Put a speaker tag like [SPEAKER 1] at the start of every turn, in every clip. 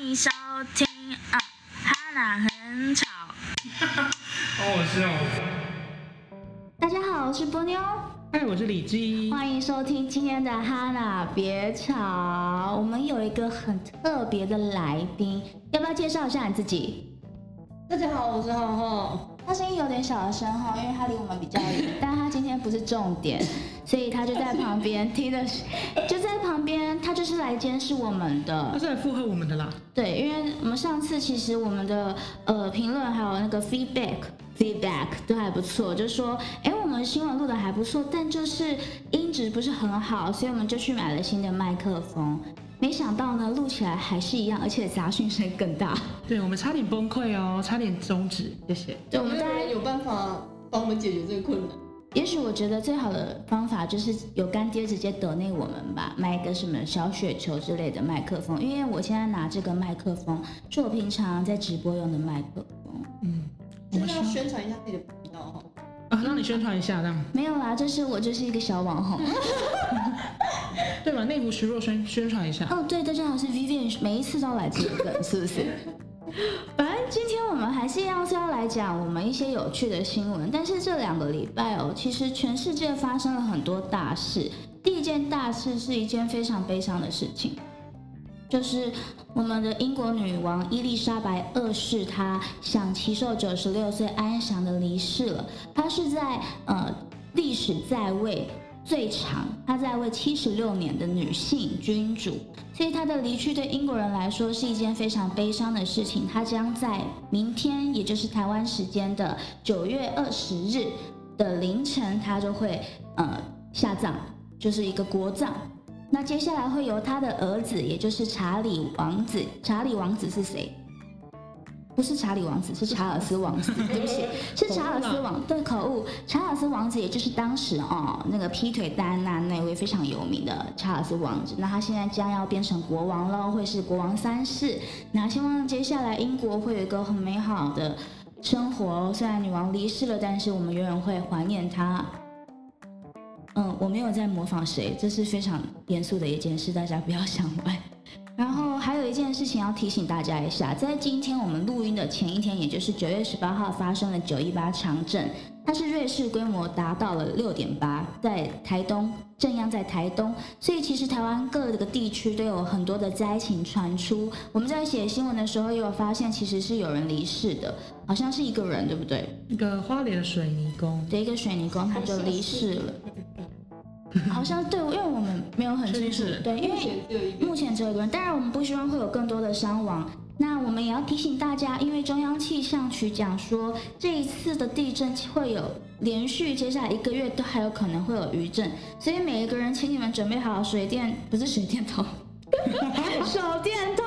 [SPEAKER 1] 迎收听啊，哈娜很吵。
[SPEAKER 2] 好好笑。
[SPEAKER 3] 大家好，我是波妞，
[SPEAKER 2] 嗨，我是李基。
[SPEAKER 3] 欢迎收听今天的哈娜别吵。我们有一个很特别的来宾，要不要介绍一下你自己？
[SPEAKER 4] 大家好，我是浩浩。
[SPEAKER 3] 他声音有点小声哈，因为他离我们比较远，但他今天不是重点，所以他就在旁边听的，就在旁边，他就是来监视我们
[SPEAKER 2] 他
[SPEAKER 3] 的。
[SPEAKER 2] 是来附和我们的啦。
[SPEAKER 3] 对，因为我们上次其实我们的呃评论还有那个 feedback。feedback 都还不错，就说，哎，我们新闻录的还不错，但就是音质不是很好，所以我们就去买了新的麦克风。没想到呢，录起来还是一样，而且杂讯声更大。
[SPEAKER 2] 对，我们差点崩溃哦，差点终止，谢谢。
[SPEAKER 3] 对，我
[SPEAKER 4] 我
[SPEAKER 3] 们
[SPEAKER 4] 们
[SPEAKER 3] 大
[SPEAKER 4] 当
[SPEAKER 3] 概
[SPEAKER 4] 然有办法帮我们解决这个困难。
[SPEAKER 3] 也许我觉得最好的方法就是有干爹直接抖内我们吧，买一个什么小雪球之类的麦克风，因为我现在拿这个麦克风是我平常在直播用的麦克风，
[SPEAKER 2] 嗯，我
[SPEAKER 4] 就
[SPEAKER 2] 们
[SPEAKER 4] 是要
[SPEAKER 2] 说
[SPEAKER 4] 宣传一下自己的频道哈。
[SPEAKER 2] 啊，让你宣传一下，这样
[SPEAKER 3] 没有啦，就是我就是一个小网红。
[SPEAKER 2] 对吧？内湖徐若瑄宣传一下。
[SPEAKER 3] 哦，对，大家好，是 Vivian，每一次都来这个， 是不是？反正今天我们还是一样是要来讲我们一些有趣的新闻，但是这两个礼拜哦，其实全世界发生了很多大事。第一件大事是一件非常悲伤的事情，就是我们的英国女王伊丽莎白二世，她享其寿九十六岁安详的离世了。她是在呃历史在位最长，她在位七十六年的女性君主，所以她的离去对英国人来说是一件非常悲伤的事情。她将在明天，也就是台湾时间的九月二十日的凌晨，她就会呃下葬，就是一个国葬。那接下来会由她的儿子，也就是查理王子。查理王子是谁？不是查理王子，是查尔斯王子。 对不起，是查尔斯王对口误，查尔斯王子也就是当时哦那个劈腿戴安娜那位非常有名的查尔斯王子，那他现在将要变成国王喽，会是国王三世。那希望接下来英国会有一个很美好的生活，虽然女王离世了，但是我们永远会怀念她。嗯，我没有在模仿谁，这是非常严肃的一件事，大家不要想歪。然后还有一件事情要提醒大家一下，在今天我们录音的前一天，也就是九月十八号，发生了九一八强震，它是瑞士规模达到了六点八，在台东震央在台东，所以其实台湾各个地区都有很多的灾情传出。我们在写新闻的时候也有发现，其实是有人离世的，好像是一个人，对不对？
[SPEAKER 2] 那个花莲的水泥工，
[SPEAKER 3] 对，一个水泥工他就离世了，好像对，因为我们没有很
[SPEAKER 2] 确
[SPEAKER 3] 清
[SPEAKER 2] 定
[SPEAKER 3] 楚，
[SPEAKER 2] 是
[SPEAKER 3] 对，因为
[SPEAKER 4] 目前只有一个，
[SPEAKER 3] 目前只有一个人，当然我们不希望会有更多的伤亡。那我们也要提醒大家，因为中央气象局讲说，这一次的地震会有连续接下来一个月都还有可能会有余震，所以每一个人，请你们准备好水电，不是水电筒。 手电筒，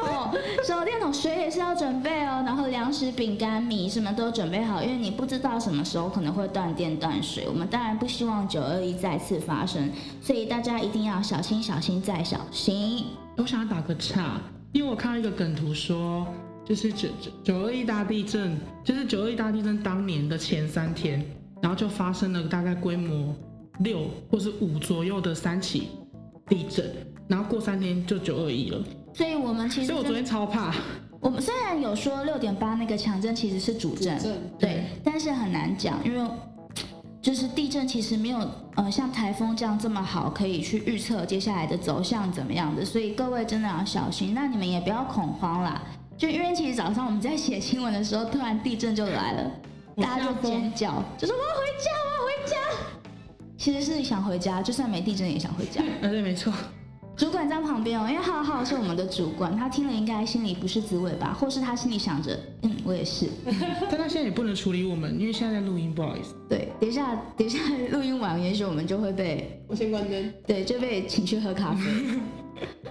[SPEAKER 3] 手电筒，水也是要准备哦。然后粮食、饼干、米什么都准备好，因为你不知道什么时候可能会断电断水。我们当然不希望九二一再次发生，所以大家一定要小心、小心再小心。
[SPEAKER 2] 我想要打个岔，因为我看到一个梗图说，就是九九九二一大地震，就是九二一大地震当年的前三天，然后就发生了大概规模六或是五左右的三起地震，然后过三天就九二一了，
[SPEAKER 3] 所以我们其实
[SPEAKER 2] 所以我昨
[SPEAKER 3] 真
[SPEAKER 2] 天超怕。
[SPEAKER 3] 我们虽然有说六点八那个强震其实是主震，
[SPEAKER 4] 正
[SPEAKER 3] 对，但是很难讲，因为呃就是地震其实没有呃像台风这样这么好可以去预测接下来的走向怎么样的，所以各位真的要小心。那你们也不要恐慌啦，就因为其实早上我们在写新闻的时候，突然地震就来了，
[SPEAKER 2] 我
[SPEAKER 3] 大家
[SPEAKER 2] 吓
[SPEAKER 3] 就
[SPEAKER 2] 疯
[SPEAKER 3] 尖叫，就说我要回家，我要回家。其实是想回家，就算没地震也想回家。
[SPEAKER 2] 啊，对，没错，
[SPEAKER 3] 主管在旁边哦，因为浩浩是我们的主管，他听了应该心里不是滋味吧，或是他心里想着，嗯，我也是。
[SPEAKER 2] 但他现在也不能处理我们，因为现在在录音，不好意思。
[SPEAKER 3] 对，等一下，等一下录音完，也许我们就会被
[SPEAKER 4] 我先关灯。
[SPEAKER 3] 对就被请去喝 咖啡。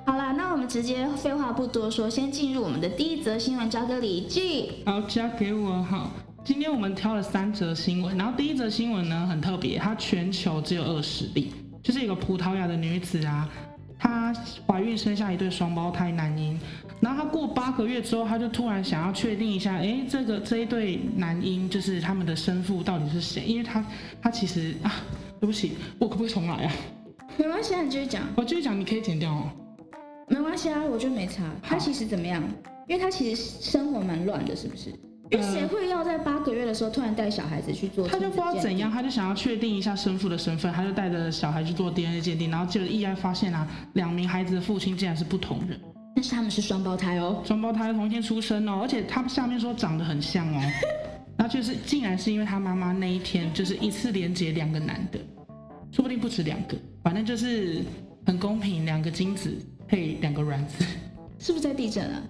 [SPEAKER 3] 好啦，那我们直接废话不多说，先进入我们的第一则新闻，交给李记。
[SPEAKER 2] 好，交给我好。今天我们挑了三则新闻，然后第一则新闻呢很特别，它全球只有二十例，就是一个葡萄牙的女子啊，她怀孕生下一对双胞胎男婴，然后她过八个月之后，她就突然想要确定一下，诶，这个这一对男婴就是他们的生父到底是谁？因为她她其实啊，对不起，我可不可以重来啊？
[SPEAKER 3] 没关系啊，你继续讲，
[SPEAKER 2] 我继续讲，你可以剪掉哦。
[SPEAKER 3] 没关系啊，我就没查。他其实怎么样？因为他其实生活蛮乱的，是不是？因为谁会要在八个月的时候突然带小孩子去做？
[SPEAKER 2] 他就不知道怎样，，他就想要确定一下生父的身份，他就带着小孩去做 DNA 鉴定，然后结果意外发现啊，两名孩子的父亲竟然是不同人，
[SPEAKER 3] 但是他们是双胞胎哦。
[SPEAKER 2] 双胞胎同一天出生哦，而且他们下面说长得很像哦，然后就是竟然是因为他妈妈那一天就是一次连接两个男的，说不定不止两个，反正就是很公平，两个精子配两个卵子，
[SPEAKER 3] 是不是在地震啊？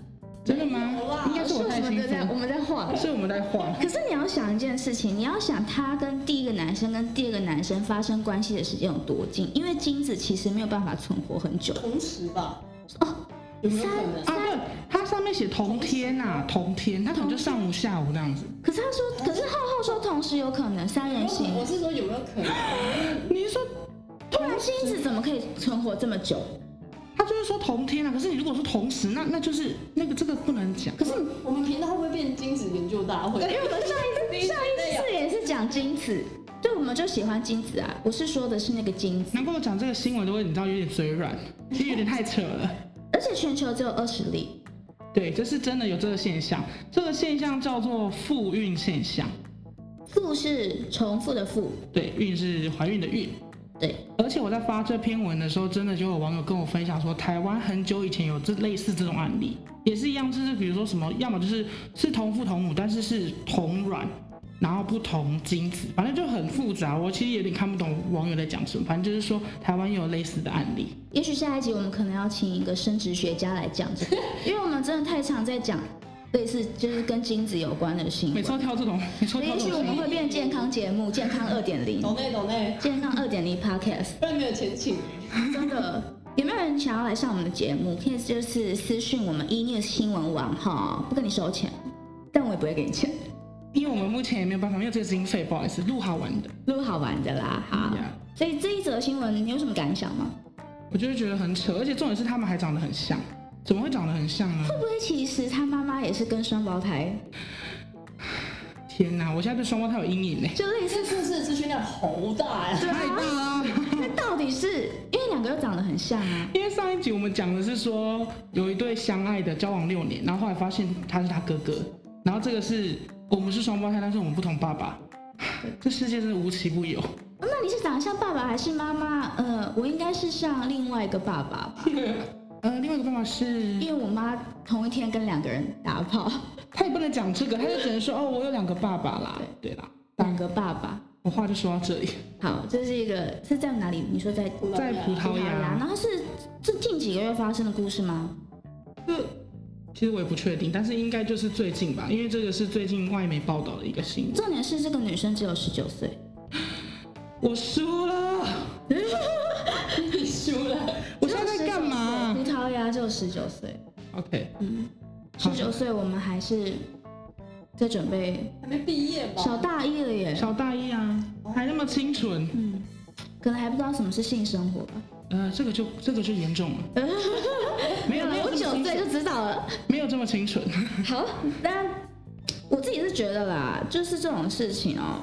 [SPEAKER 2] 真的吗
[SPEAKER 4] 有啦？
[SPEAKER 2] 应该
[SPEAKER 3] 是
[SPEAKER 2] 是我太
[SPEAKER 3] 们
[SPEAKER 2] 兴
[SPEAKER 3] 在我
[SPEAKER 2] 奋，
[SPEAKER 3] 们在晃。
[SPEAKER 2] 是我们在啊晃。
[SPEAKER 3] 可是你要想一件事情，你要想他跟第一个男生跟第二个男生发生关系的时间有多近，因为精子其实没有办法存活很久。
[SPEAKER 4] 同时吧？
[SPEAKER 3] 哦，
[SPEAKER 4] 有没有可能？
[SPEAKER 2] 啊，对，它上面写同天呐、同天，它可能就上午、下午那样子。
[SPEAKER 3] 可是他 说，可是浩浩说同时有可能三
[SPEAKER 4] 有没
[SPEAKER 3] 人
[SPEAKER 4] 有可
[SPEAKER 3] 行
[SPEAKER 4] 能，我是说有没有可能？
[SPEAKER 2] 你是说，
[SPEAKER 3] 不然精子怎么可以存活这么久？
[SPEAKER 2] 他就是说同天啊，可是你如果说同时，那那就是那个这个不能讲。
[SPEAKER 3] 可是
[SPEAKER 4] 我们频道会不会变精子研究大会？
[SPEAKER 3] 因为我们上一次上一次也是讲精子，对，我们就喜欢精子啊。我是说的是那个精子，
[SPEAKER 2] 难怪我讲这个新闻都会，你知道有点嘴软，因为有点太扯了。
[SPEAKER 3] 而且全球只有二十例。
[SPEAKER 2] 对，这是真的有这个现象，这个现象叫做复孕现象。
[SPEAKER 3] 复是重复的复，
[SPEAKER 2] 对，孕是怀孕的孕。
[SPEAKER 3] 对，
[SPEAKER 2] 而且我在发这篇文的时候，真的就有网友跟我分享说，台湾很久以前有这类似这种案例，也是一样，就是比如说什么，要么就是是同父同母，但是是同卵，然后不同精子，反正就很复杂。我其实有点看不懂网友在讲什么，反正就是说台湾有类似的案例。
[SPEAKER 3] 也许下一集我们可能要请一个生殖学家来讲这个，因为我们真的太常在讲类似就是跟精子有关的新
[SPEAKER 2] 每
[SPEAKER 3] 闻
[SPEAKER 2] 次。都挑这种，每次都挑
[SPEAKER 3] 也
[SPEAKER 2] 这
[SPEAKER 3] 许我
[SPEAKER 2] 种
[SPEAKER 3] 们
[SPEAKER 2] 新
[SPEAKER 3] 会
[SPEAKER 2] 闻。
[SPEAKER 3] 变健康节目，健康二点零，
[SPEAKER 4] 懂内懂内，
[SPEAKER 3] 健康二点零 podcast，
[SPEAKER 4] 不然没有钱请。
[SPEAKER 3] 真的。有没有人想要来上我们的节目？可以就是私讯我们 e news 新闻网哈，不跟你收钱，但我也不会给你钱，
[SPEAKER 2] 因为我们目前也没有办法，没有这个经费，不好意思，录好玩的。
[SPEAKER 3] 录好玩的啦。好，所以这一则新闻你有什么感想吗？
[SPEAKER 2] 我就会觉得很扯，而且重点是他们还长得很像，怎么会长得很像呢？
[SPEAKER 3] 会不会其实他妈妈也是跟双胞胎，
[SPEAKER 2] 天哪，我现在对双胞胎有阴影呢。
[SPEAKER 3] 就类似
[SPEAKER 4] 这故事的资讯量好大 呀！
[SPEAKER 2] 太大了。
[SPEAKER 3] 那到底是因为两个又长得很像啊？
[SPEAKER 2] 因为上一集我们讲的是说有一对相爱的交往六年，然后后来发现他是他哥哥，然后这个是我们是双胞胎，但是我们不同爸爸。 这世界真的无奇不有，
[SPEAKER 3] 哦那你是长得像爸爸还是妈妈？呃，我应该是像另外一个爸爸吧，
[SPEAKER 2] 呃，另外一个爸爸是，
[SPEAKER 3] 因为我妈同一天跟两个人打炮，
[SPEAKER 2] 他也不能讲这个，他就只能说哦，我有两个爸爸啦，对啦。
[SPEAKER 3] 两个爸爸。
[SPEAKER 2] 我话就说到这里，
[SPEAKER 3] 好，这是一个是在哪里？你说在
[SPEAKER 4] 葡萄
[SPEAKER 2] 在
[SPEAKER 4] 牙
[SPEAKER 2] 葡萄
[SPEAKER 3] 牙，
[SPEAKER 2] 牙，
[SPEAKER 3] 然后是这近几个月发生的故事吗？
[SPEAKER 2] 这呃其实我也不确定，但是应该就是最近吧，因为这个是最近外媒报道的一个新闻。
[SPEAKER 3] 重点是这个女生只有十九岁，
[SPEAKER 2] 我输了，
[SPEAKER 4] 你 输了，
[SPEAKER 2] 我现在在干嘛
[SPEAKER 3] 葡萄牙啊只有十九岁，
[SPEAKER 2] ？OK，
[SPEAKER 3] 嗯，
[SPEAKER 2] 好
[SPEAKER 3] 十九岁我们还是在准备
[SPEAKER 4] 还没毕业吧？
[SPEAKER 3] 小大一了耶，
[SPEAKER 2] 小大一啊，还那么清纯，
[SPEAKER 3] 嗯，可能还不知道什么是性生活吧。
[SPEAKER 2] 呃，这个就这个就严重了，没有
[SPEAKER 3] 啦
[SPEAKER 2] 没有
[SPEAKER 3] 我
[SPEAKER 2] 这么
[SPEAKER 3] 九
[SPEAKER 2] 清
[SPEAKER 3] 岁
[SPEAKER 2] 纯，
[SPEAKER 3] 就知道了。
[SPEAKER 2] 没有这么清纯。
[SPEAKER 3] 好，但我自己是觉得啦，就是这种事情哦，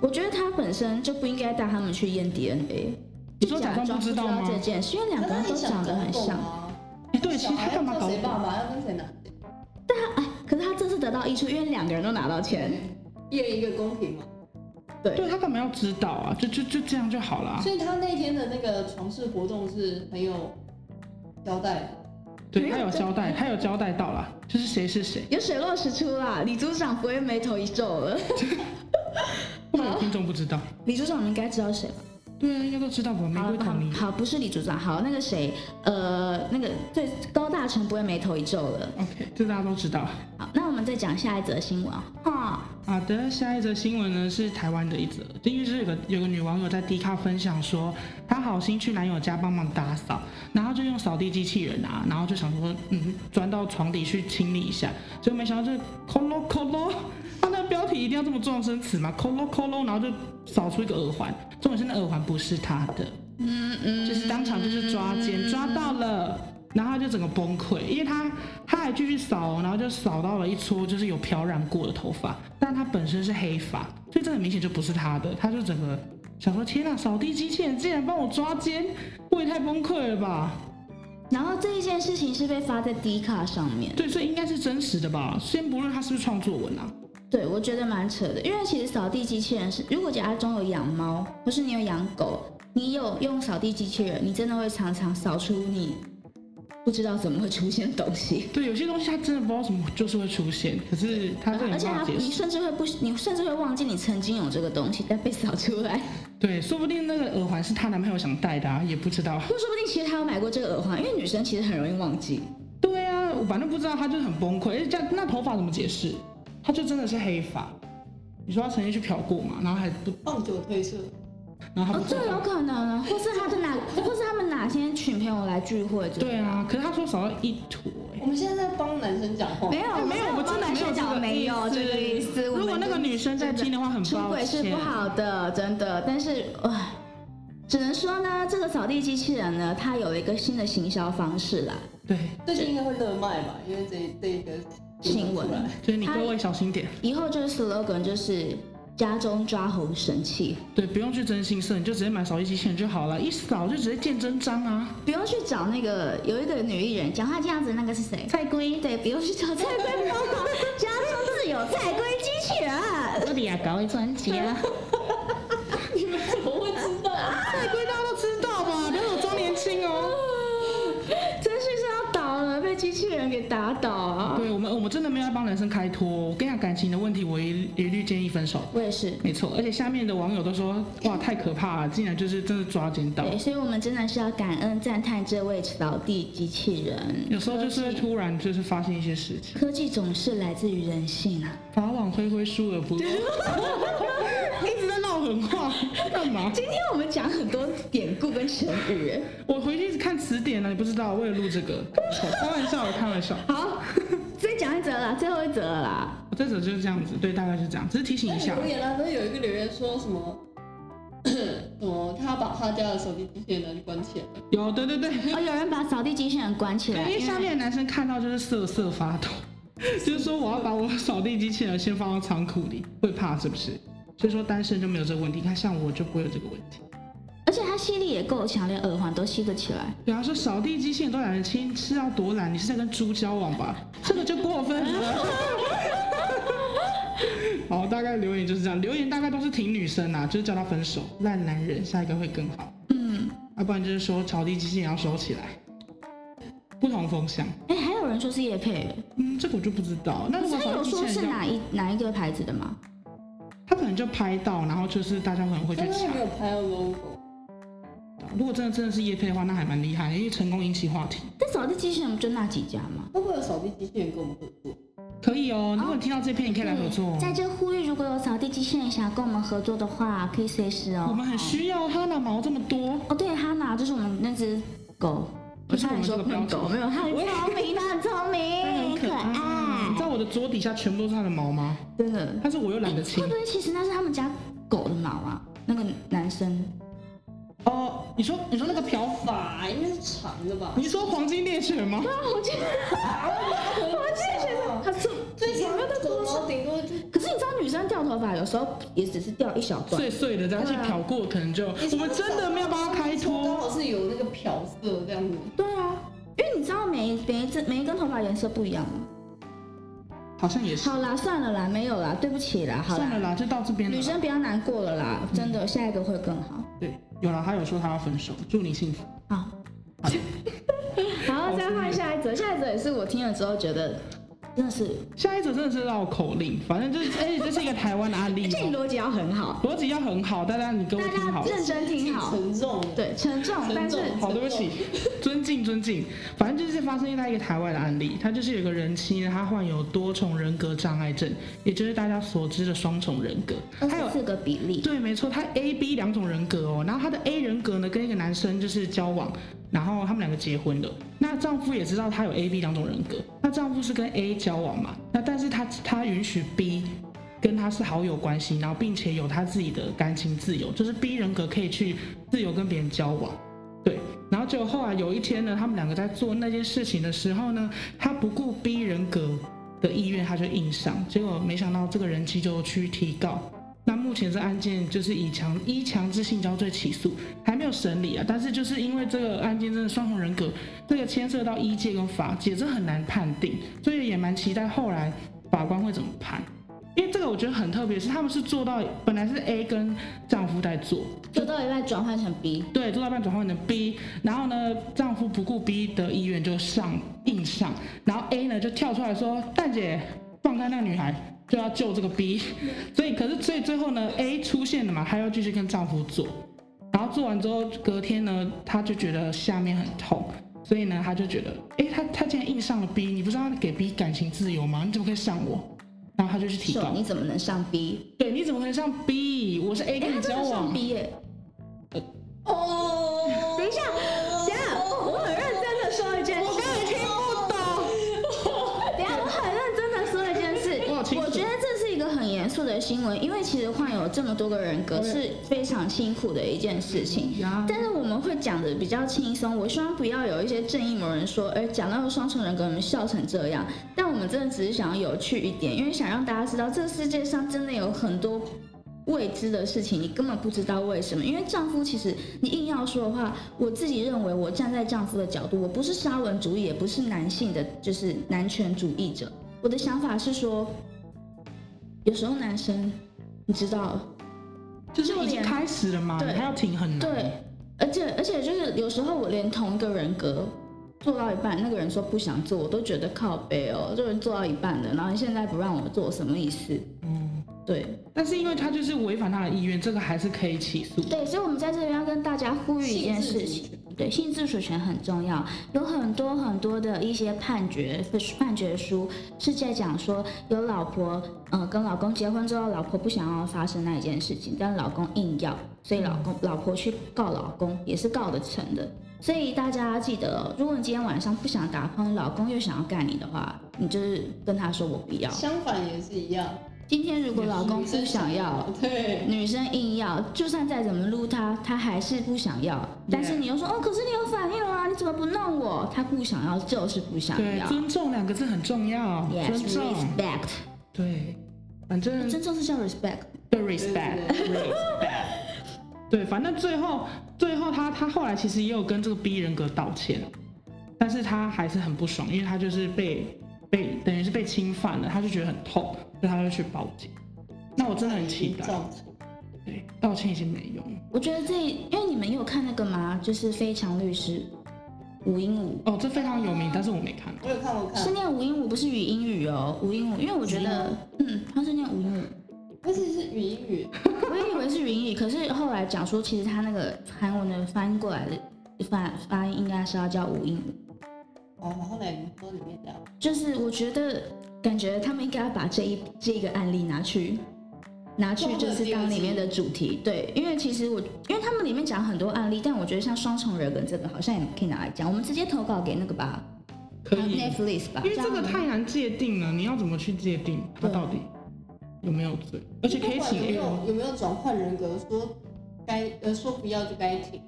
[SPEAKER 3] 我觉得他本身就不应该带他们去验 DNA。
[SPEAKER 2] 你说假装不
[SPEAKER 3] 不
[SPEAKER 2] 知道吗
[SPEAKER 3] 这？件事，因为两个人都长得很啊像。
[SPEAKER 2] 哎，对，其实他
[SPEAKER 4] 啊要
[SPEAKER 2] 干嘛搞
[SPEAKER 4] 谁？爸爸要跟谁拿？
[SPEAKER 3] 可是他这次得到益处，因为两个人都拿到钱。
[SPEAKER 4] 一人一个公平嘛。
[SPEAKER 2] 对他干嘛要知道啊？就就就这样就好了啊。
[SPEAKER 4] 所以他那天的那个床事活动是很有交代的。
[SPEAKER 2] 对
[SPEAKER 3] 没有
[SPEAKER 2] 他有交代，他有交代到啦，就是谁是谁。
[SPEAKER 3] 有水落石出啦，李组长不会眉头一皱了。
[SPEAKER 2] 会不会有听众不知道？
[SPEAKER 3] 李组长你应该知道谁吧？
[SPEAKER 2] 对啊，应该都知道吧？玫
[SPEAKER 3] 好
[SPEAKER 2] 瑰
[SPEAKER 3] 好
[SPEAKER 2] 同你
[SPEAKER 3] 好，不是李组长，好那个谁，呃，那个对高大成不会眉头一皱了。
[SPEAKER 2] OK，这大家都知道。
[SPEAKER 3] 好，那我们再讲下一则新闻哈。
[SPEAKER 2] 好的，啊下一则新闻呢是台湾的一则，因为是有个有个女网友在 D 卡分享说，她好心去男友家帮忙打扫，然后就用扫地机器人啊，然后就想说，嗯，钻到床底去清理一下，结果没想到就 colo colo，她那个标题一定要这么撞声词嘛，colo colo，然后就扫出一个耳环，重点是那耳环不是她的，
[SPEAKER 3] 嗯嗯，
[SPEAKER 2] 就是当场就是抓奸，抓到了，然后他就整个崩溃，因为他他还继续扫哦，然后就扫到了一撮就是有漂染过的头发，但他本身是黑发，所以这很明显就不是他的，他就整个想说天啊，扫地机器人竟然帮我抓奸，我也太崩溃了吧！
[SPEAKER 3] 然后这一件事情是被发在 D 卡上面，
[SPEAKER 2] 对，所以应该是真实的吧？先不论它是不是创作文啊，
[SPEAKER 3] 对我觉得蛮扯的，因为其实扫地机器人是，如果家中有养猫，或是你有养狗，你有用扫地机器人，你真的会常常扫出你不知道怎么会出现的东 西。
[SPEAKER 2] 对，有些东西它真的不知道怎么就是会出现，可是它这
[SPEAKER 3] 啊而
[SPEAKER 2] 里没
[SPEAKER 3] 且
[SPEAKER 2] 办
[SPEAKER 3] 它，
[SPEAKER 2] 法解
[SPEAKER 3] 你
[SPEAKER 2] 释。
[SPEAKER 3] 甚至会不，你甚至会忘记你曾经有这个东西，但被扫出来。
[SPEAKER 2] 对，说不定那个耳环是她男朋友想戴的、啊，也不知道。
[SPEAKER 3] 或说不定其实她有买过这个耳环，因为女生其实很容易忘记。
[SPEAKER 2] 对啊，我反正不知道，她就是很崩溃。而且这样那头发怎么解释？她就真的是黑发。你说她曾经去漂过嘛，然后还不，
[SPEAKER 4] 棒久推测，
[SPEAKER 2] 然后还
[SPEAKER 3] 哦
[SPEAKER 2] 不，
[SPEAKER 3] 这
[SPEAKER 2] 做
[SPEAKER 3] 有可能啊，或是他的哪，或是他们哪天群朋友来聚会之类的，
[SPEAKER 2] 对啊，可是她说少了一坨、欸。
[SPEAKER 4] 我们现在在帮男生讲话，
[SPEAKER 3] 没有
[SPEAKER 2] 哎没有，我真的没有这
[SPEAKER 3] 讲
[SPEAKER 2] 个
[SPEAKER 3] 没有这个意
[SPEAKER 2] 意
[SPEAKER 3] 思。
[SPEAKER 2] 思。
[SPEAKER 3] 我们
[SPEAKER 2] 如果那个
[SPEAKER 3] 就
[SPEAKER 2] 女生在听的话，很
[SPEAKER 3] 出
[SPEAKER 2] 抱
[SPEAKER 3] 轨是
[SPEAKER 2] 歉
[SPEAKER 3] 不。好的，真的。但是，唉，只能说呢，这个扫地机器人呢，它有一个新的行销方式啦。
[SPEAKER 2] 对，
[SPEAKER 4] 最近应该会热卖吧，因为这这一个
[SPEAKER 3] 新闻
[SPEAKER 4] 出来哎
[SPEAKER 2] 所以你各位小心点，
[SPEAKER 3] 以后就是 slogan 就是家中抓猴神器，
[SPEAKER 2] 对，不用去征信社，你就直接买扫地机器人就好了，一扫就直接见真章啊。
[SPEAKER 3] 不用去找那个有一个女艺人讲话这样子，那个是谁？
[SPEAKER 2] 蔡龟，
[SPEAKER 3] 对，不用去找菜 龟帮忙，家中自有菜龟机器人。
[SPEAKER 2] 我的呀，搞一专辑 啊。
[SPEAKER 4] 你们怎么会知 道？
[SPEAKER 2] 蔡龟大家都知道吧？不要有装年轻哦。
[SPEAKER 3] 真是要倒了，被机器人给打倒啊！
[SPEAKER 2] 对我们，我们真的没有要帮男生开脱。我跟你讲，感情的问题，我一一律建议分手。
[SPEAKER 3] 我也是。
[SPEAKER 2] 没错，而且下面的网友都说，哇，太可怕了，竟然就是真的抓奸到。
[SPEAKER 3] 对，所以我们真的是要感恩赞叹这位扫地机器人。
[SPEAKER 2] 有时候就是会
[SPEAKER 3] 科技
[SPEAKER 2] 突然就是发现一些事情。
[SPEAKER 3] 科技总是来自于人性啊。
[SPEAKER 2] 法网恢恢，疏而不漏。 一直在唠狠话，干嘛？
[SPEAKER 3] 今天我们讲很多典故跟成语。
[SPEAKER 2] 我回去看词典啊呢、你不知道，为了录这个，开玩笑，开玩笑。
[SPEAKER 3] 好，再讲一则啦，最后一则了啦。
[SPEAKER 2] 我这则就是这样子，对，大概就是这样，只是提醒一下
[SPEAKER 4] 那。留言啊，都有一个留言说什么？ 什么？他把他家的手机机器人拿去关起来，
[SPEAKER 2] 有，对对对，
[SPEAKER 3] 哦，有人把扫地机器人关起
[SPEAKER 2] 因
[SPEAKER 3] 来，
[SPEAKER 2] 为
[SPEAKER 3] 因
[SPEAKER 2] 下
[SPEAKER 3] 为
[SPEAKER 2] 面的男生看到就是瑟瑟发抖， 就是说我要把我扫地机器人先放到仓库里，会怕是不是？所以说单身就没有这个问题，你看像我就不会有这个问题。
[SPEAKER 3] 而且它吸力也够强，连耳环都吸得起来。
[SPEAKER 2] 对啊，说扫地机器人都懒得清，是要多懒？你是在跟猪交往吧？这个就过分了。 好，大概留言就是这样，留言大概都是挺女生啊，就是叫他分手，烂男人，下一个会更好。
[SPEAKER 3] 嗯，
[SPEAKER 2] 要、不然就是说扫地机器人要收起来，不同风向。
[SPEAKER 3] 哎，还有人说是叶佩，
[SPEAKER 2] 嗯，这个我就不知道。那
[SPEAKER 3] 可
[SPEAKER 2] 如
[SPEAKER 3] 是他
[SPEAKER 2] 果扫
[SPEAKER 3] 有
[SPEAKER 2] 地机
[SPEAKER 3] 说
[SPEAKER 2] 器
[SPEAKER 3] 是
[SPEAKER 2] 人要，
[SPEAKER 3] 哪一哪一个牌子的吗？
[SPEAKER 2] 他可能就拍到，然后就是大家可能会去
[SPEAKER 4] 但是他
[SPEAKER 2] 抢
[SPEAKER 4] 没。有拍到 logo。
[SPEAKER 2] 如果真的真的是叶配的话，那还蛮厉害，因为成功引起话题。
[SPEAKER 3] 但扫地机器人不就那几家吗？
[SPEAKER 4] 会不会有扫地机器人跟我们合作？
[SPEAKER 2] 可以哦，如果你听到这篇，你可以来合作哦。
[SPEAKER 3] 在这呼吁，如果有扫地机器人想要跟我们合作的话，可以随时哦。
[SPEAKER 2] 我们很需要哈娜毛这么多。
[SPEAKER 3] 哦，对，哈娜就是我们那只狗，
[SPEAKER 2] 不是我
[SPEAKER 3] 差点
[SPEAKER 2] 们这
[SPEAKER 3] 说
[SPEAKER 2] 个
[SPEAKER 3] 不能
[SPEAKER 2] 标
[SPEAKER 3] 狗，
[SPEAKER 2] 准
[SPEAKER 3] 没有，它很聪明，它很聪明，哦可
[SPEAKER 2] 你知
[SPEAKER 3] 爱，
[SPEAKER 2] 道我的左底下全部都是它的毛吗？
[SPEAKER 3] 真的。
[SPEAKER 2] 但是我又懒得清
[SPEAKER 3] 会。不会其实那是他们家狗的毛啊？那个男生，
[SPEAKER 2] 哦，你说你说那个漂，
[SPEAKER 4] 法应该是长的吧？
[SPEAKER 2] 你说黄金猎犬吗？
[SPEAKER 3] 我觉得
[SPEAKER 4] 我自己觉得
[SPEAKER 3] 他是
[SPEAKER 4] 最长的狗毛顶多就
[SPEAKER 3] 可是你知道女生掉头发有时候也只是掉一小段，
[SPEAKER 2] 碎碎的这样，而且
[SPEAKER 3] 啊
[SPEAKER 2] 漂过可能就我们真的没有帮它开
[SPEAKER 4] 刚
[SPEAKER 2] 脱。
[SPEAKER 4] 好是有那个漂色这样子。
[SPEAKER 3] 对啊，因为你知道每每一只每一根头发颜色不一样吗？
[SPEAKER 2] 好像也是。
[SPEAKER 3] 好啦，算了啦，没有啦，对不起啦，好
[SPEAKER 2] 算了
[SPEAKER 3] 啦，
[SPEAKER 2] 啦，就到这边了
[SPEAKER 3] 女
[SPEAKER 2] 啦。
[SPEAKER 3] 生不要难过了啦，真的，下一个会更好。
[SPEAKER 2] 对，有了，他有说他要分手，祝你幸福。
[SPEAKER 3] 好，哦 好，再换下一则，下一则也是我听了之后觉得真的是，
[SPEAKER 2] 下一则真的是绕口令，反 正就是，而且这是一个台湾的案例
[SPEAKER 3] 哎这
[SPEAKER 2] 哦，
[SPEAKER 3] 逻辑要很好，
[SPEAKER 2] 逻辑要很好，大家你各位
[SPEAKER 3] 大
[SPEAKER 2] 听好
[SPEAKER 3] 家。认真听好，
[SPEAKER 4] 沉重的，
[SPEAKER 3] 对，沉重，但是
[SPEAKER 2] 好，对不起，尊敬尊敬。反正就是发生在一个台湾的案例，他就是有个人妻呢，她患有多重人格障碍症，也就是大家所知的双重人格。
[SPEAKER 3] 二
[SPEAKER 2] 还有
[SPEAKER 3] 十四个比例，
[SPEAKER 2] 对，没错，她 A、B 两种人格哦。然后她的 A 人格呢，跟一个男生就是交往，然后他们两个结婚了。那丈夫也知道她有 A、B 两种人格，那丈夫是跟 A 交往嘛？那但是她她允许 B 跟她是好友关系，然后并且有她自己的感情自由，就是 B 人格可以去自由跟别人交往。对，然后结果后来有一天呢，他们两个在做那件事情的时候呢，他不顾 B 人格的意愿，他就硬上，结果没想到这个人妻就去提告，那目前这案件就是以强依强制性交罪起诉，还没有审理啊。但是就是因为这个案件真的双重人格，这个牵涉到医界跟法界，这很难判定，所以也蛮期待后来法官会怎么判。因为这个我觉得很特别，是他们是做到本来是 A 跟丈夫在做，
[SPEAKER 3] 做到一半转换成 B，
[SPEAKER 2] 对，做到一半转换成 B，然后呢，丈夫不顾 B 的意愿就上硬上，然后 A 呢就跳出来说：“蛋姐，放开那个女孩，就要救这个 B。”所以，可是最最后呢，A 出现了嘛，她又继续跟丈夫做，然后做完之后，隔天呢，她就觉得下面很痛，所以呢，她就觉得：“哎，她她竟然硬上了 B，你不知道给 B 感情自由吗？你怎么可以上我？”然后她就去提
[SPEAKER 3] 手
[SPEAKER 2] 告
[SPEAKER 3] 你，怎么能上 B？
[SPEAKER 2] 对，你怎么可能上 B？我是 A
[SPEAKER 3] 哎，
[SPEAKER 2] 跟
[SPEAKER 3] 他
[SPEAKER 2] 你
[SPEAKER 3] 真的
[SPEAKER 2] 交往
[SPEAKER 3] 上，B 耶！
[SPEAKER 4] 哦，
[SPEAKER 3] 等一下，等一下，我很认真的说一件事，我根本听不懂。等一下，我很认真的说一件事，
[SPEAKER 2] 我有清楚
[SPEAKER 3] 我觉得这是一个很严肃的新闻，因为其实患有这么多个人格是非常辛苦的一件事情。
[SPEAKER 2] 呀
[SPEAKER 3] 但是我们会讲的比较轻松，我希望不要有一些正义魔人说，哎，讲到双重人格，你们笑成这样。但我们真的只是想要有趣一点，因为想让大家知道，这世界上真的有很多未知的事情，你根本不知道为什么。因为丈夫其实你硬要说的话，我自己认为我站在丈夫的角度，我不是沙文主义，也不是男性的就是男权主义者。我的想法是说，有时候男生，你知道，
[SPEAKER 2] 就是已经开始了嘛，
[SPEAKER 3] 对
[SPEAKER 2] 还要停很难。
[SPEAKER 3] 对，而且而且就是有时候我连同一个人格做到一半，那个人说不想做，我都觉得靠背哦，这人做到一半的，然后你现在不让我做，什么意思？
[SPEAKER 2] 嗯，
[SPEAKER 3] 对
[SPEAKER 2] 但是因为他就是违反他的意愿，这个还是可以起诉。
[SPEAKER 3] 对，所以我们在这边要跟大家呼吁一件事情。对，性自主权很重要，有很多很多的一些判决判决书是在讲说，有老婆呃跟老公结婚之后，老婆不想要发生那一件事情，但老公硬要，所以老公老婆去告老公也是告得成的。所以大家记得哦、如果你今天晚上不想打炮，老公又想要干你的话，你就是跟他说我不要。
[SPEAKER 4] 相反也是一样，
[SPEAKER 3] 今天如果老公
[SPEAKER 4] 女生
[SPEAKER 3] 不想要，
[SPEAKER 4] 对，
[SPEAKER 3] 女生硬要，就算再怎么撸她，她还是不想要。但是你又说，哦，可是你有反应啊，你怎么不弄我？她不想要，就是不想
[SPEAKER 2] 对，
[SPEAKER 3] 要。
[SPEAKER 2] 尊重两个字很重要。
[SPEAKER 3] Yes,
[SPEAKER 2] 尊重，嗯
[SPEAKER 3] respect。
[SPEAKER 2] 对，反正
[SPEAKER 3] 尊重是叫 respect。
[SPEAKER 2] 对 respect，respect。对，反正最后最后他他后来其实也有跟这个 B 人格道歉，但是他还是很不爽，因为他就是被被等于是被侵犯了，他就觉得很痛，所以他就去报警。那我真的很期待，
[SPEAKER 4] 重
[SPEAKER 2] 对，道歉已经没用了。
[SPEAKER 3] 我觉得这，因为你们有看那个吗？就是《非常律师》，吴英武
[SPEAKER 2] 哦，这非常有
[SPEAKER 3] 啊
[SPEAKER 2] 名，但是我没看
[SPEAKER 4] 我有看，我
[SPEAKER 2] 呃
[SPEAKER 3] 是
[SPEAKER 4] 看，
[SPEAKER 3] 念吴英武，不是语英语哦，吴英武。因为我觉得，嗯，他是念吴英武。
[SPEAKER 4] 而且是语音语，
[SPEAKER 3] 我也以为是云语，可是后来讲说，其实他那个韩文的翻过来的发发音应该是要叫吴英武。
[SPEAKER 4] 哦，然后来你说里面讲，
[SPEAKER 3] 就是我觉得，感觉他们应该把这一这个案例拿去拿去，就是当里面的主题。对，因为其实我，因为他们里面讲很多案例，但我觉得像双重人格这个好像也可以拿来讲。我们直接投稿给那个吧呃
[SPEAKER 2] 可以。
[SPEAKER 3] ，Netflix 吧，
[SPEAKER 2] 因为这
[SPEAKER 3] 样
[SPEAKER 2] 个太难界定了，你要怎么去界定他
[SPEAKER 3] 对
[SPEAKER 2] 到底有没有罪？而且可以请
[SPEAKER 4] 不管有
[SPEAKER 2] A
[SPEAKER 4] 没
[SPEAKER 2] 哦，
[SPEAKER 4] 有有没有转换人格，说该呃说不要就该停，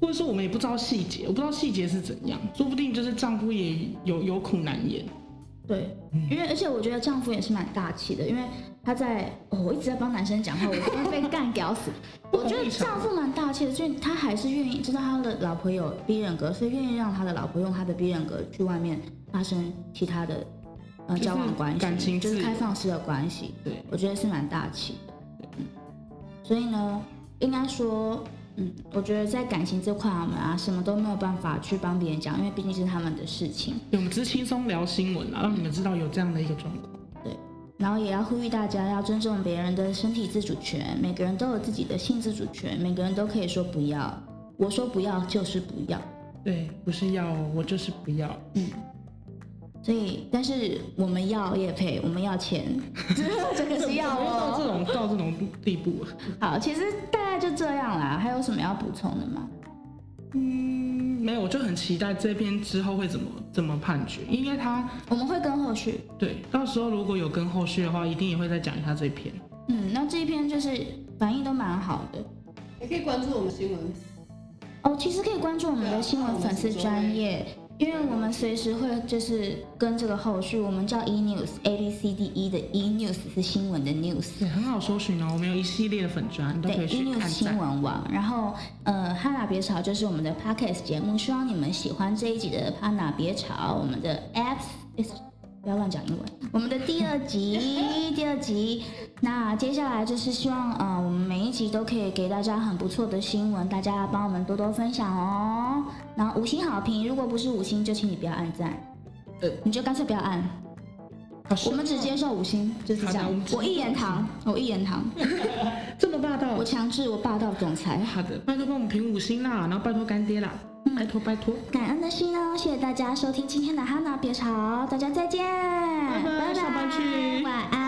[SPEAKER 2] 或者说我们也不知道细节，我不知道细节是怎样，说不定就是丈夫也有有苦难言。
[SPEAKER 3] 对，
[SPEAKER 2] 嗯
[SPEAKER 3] 因为而且我觉得丈夫也是蛮大气的，因为他在哦，我一直在帮男生讲话，我都会被干 屌死。
[SPEAKER 2] 不
[SPEAKER 3] 我
[SPEAKER 2] 同
[SPEAKER 3] 觉得
[SPEAKER 2] 立场
[SPEAKER 3] 丈夫蛮大气的，所以他还是愿意知道他的老婆有 B 人格，所以愿意让他的老婆用他的 B 人格去外面发生其他的呃
[SPEAKER 2] 就是
[SPEAKER 3] 交往关系，
[SPEAKER 2] 感情
[SPEAKER 3] 就是
[SPEAKER 2] 自由
[SPEAKER 3] 开放式的关系。
[SPEAKER 2] 对，
[SPEAKER 3] 我觉得是蛮大气的。嗯，所以呢，应该说，嗯，我觉得在感情这块，我们啊什么都没有办法去帮别人讲，因为毕竟是他们的事情。
[SPEAKER 2] 对，我们只是轻松聊新闻啊，让你们知道有这样的一个状况。
[SPEAKER 3] 然后也要呼吁大家要尊重别人的身体自主权，每个人都有自己的性自主权，每个人都可以说不要。我说不要就是不要，嗯
[SPEAKER 2] 对，不是要哦我就是不要，
[SPEAKER 3] 所以但是我们要也赔，我们要钱， 这个是要
[SPEAKER 2] 到
[SPEAKER 3] 哦。
[SPEAKER 2] 这种到这种地步了。
[SPEAKER 3] 好，其实大概就这样啦，还有什么要补充的吗？
[SPEAKER 2] 嗯，没有，我就很期待这篇之后会怎么怎么判决，因为他
[SPEAKER 3] 我们会跟后续。
[SPEAKER 2] 对到时候如果有跟后续的话，一定也会再讲一下这篇。
[SPEAKER 3] 嗯，那这一篇就是反应都蛮好的
[SPEAKER 4] 也可以关注我们新闻，
[SPEAKER 3] 哦。其实可以关注我们的新闻粉丝专业，因为我们随时会就是跟这个后续，我们叫 e news A B C D E 的 e news 是新闻的 news，
[SPEAKER 2] 也很好搜寻哦。我们有一系列的粉砖，你都可
[SPEAKER 3] 对
[SPEAKER 2] 以
[SPEAKER 3] ，E
[SPEAKER 2] 去
[SPEAKER 3] News
[SPEAKER 2] 看
[SPEAKER 3] 新
[SPEAKER 2] 赞。
[SPEAKER 3] 闻网，然后呃，哈娜别吵就是我们的 Podcast 节目，希望你们喜欢这一集的哈娜别吵，我们的 Apps 不要乱讲英文，我们的第二 集，第二集，那接下来就是希望呃，我们每一集都可以给大家很不错的新闻，大家帮我们多多分享哦，然后五星好评，如果不是五星就请你不要按赞，
[SPEAKER 2] 呃
[SPEAKER 3] 你就干脆不要按，
[SPEAKER 2] 好是
[SPEAKER 3] 我们只接受五星，就是这
[SPEAKER 2] 好
[SPEAKER 3] 样
[SPEAKER 2] 的我们，只
[SPEAKER 3] 我一言堂，我一言堂，
[SPEAKER 2] 这么霸道
[SPEAKER 3] 我，强制我霸道总裁。
[SPEAKER 2] 好的，拜托帮我们评五星啦，然后拜托干爹啦，
[SPEAKER 3] 嗯
[SPEAKER 2] 拜托拜托，
[SPEAKER 3] 感恩的心哦，谢谢大家收听今天的哈娜别吵，大家再见，
[SPEAKER 2] 嗯拜拜上班去
[SPEAKER 3] 晚安。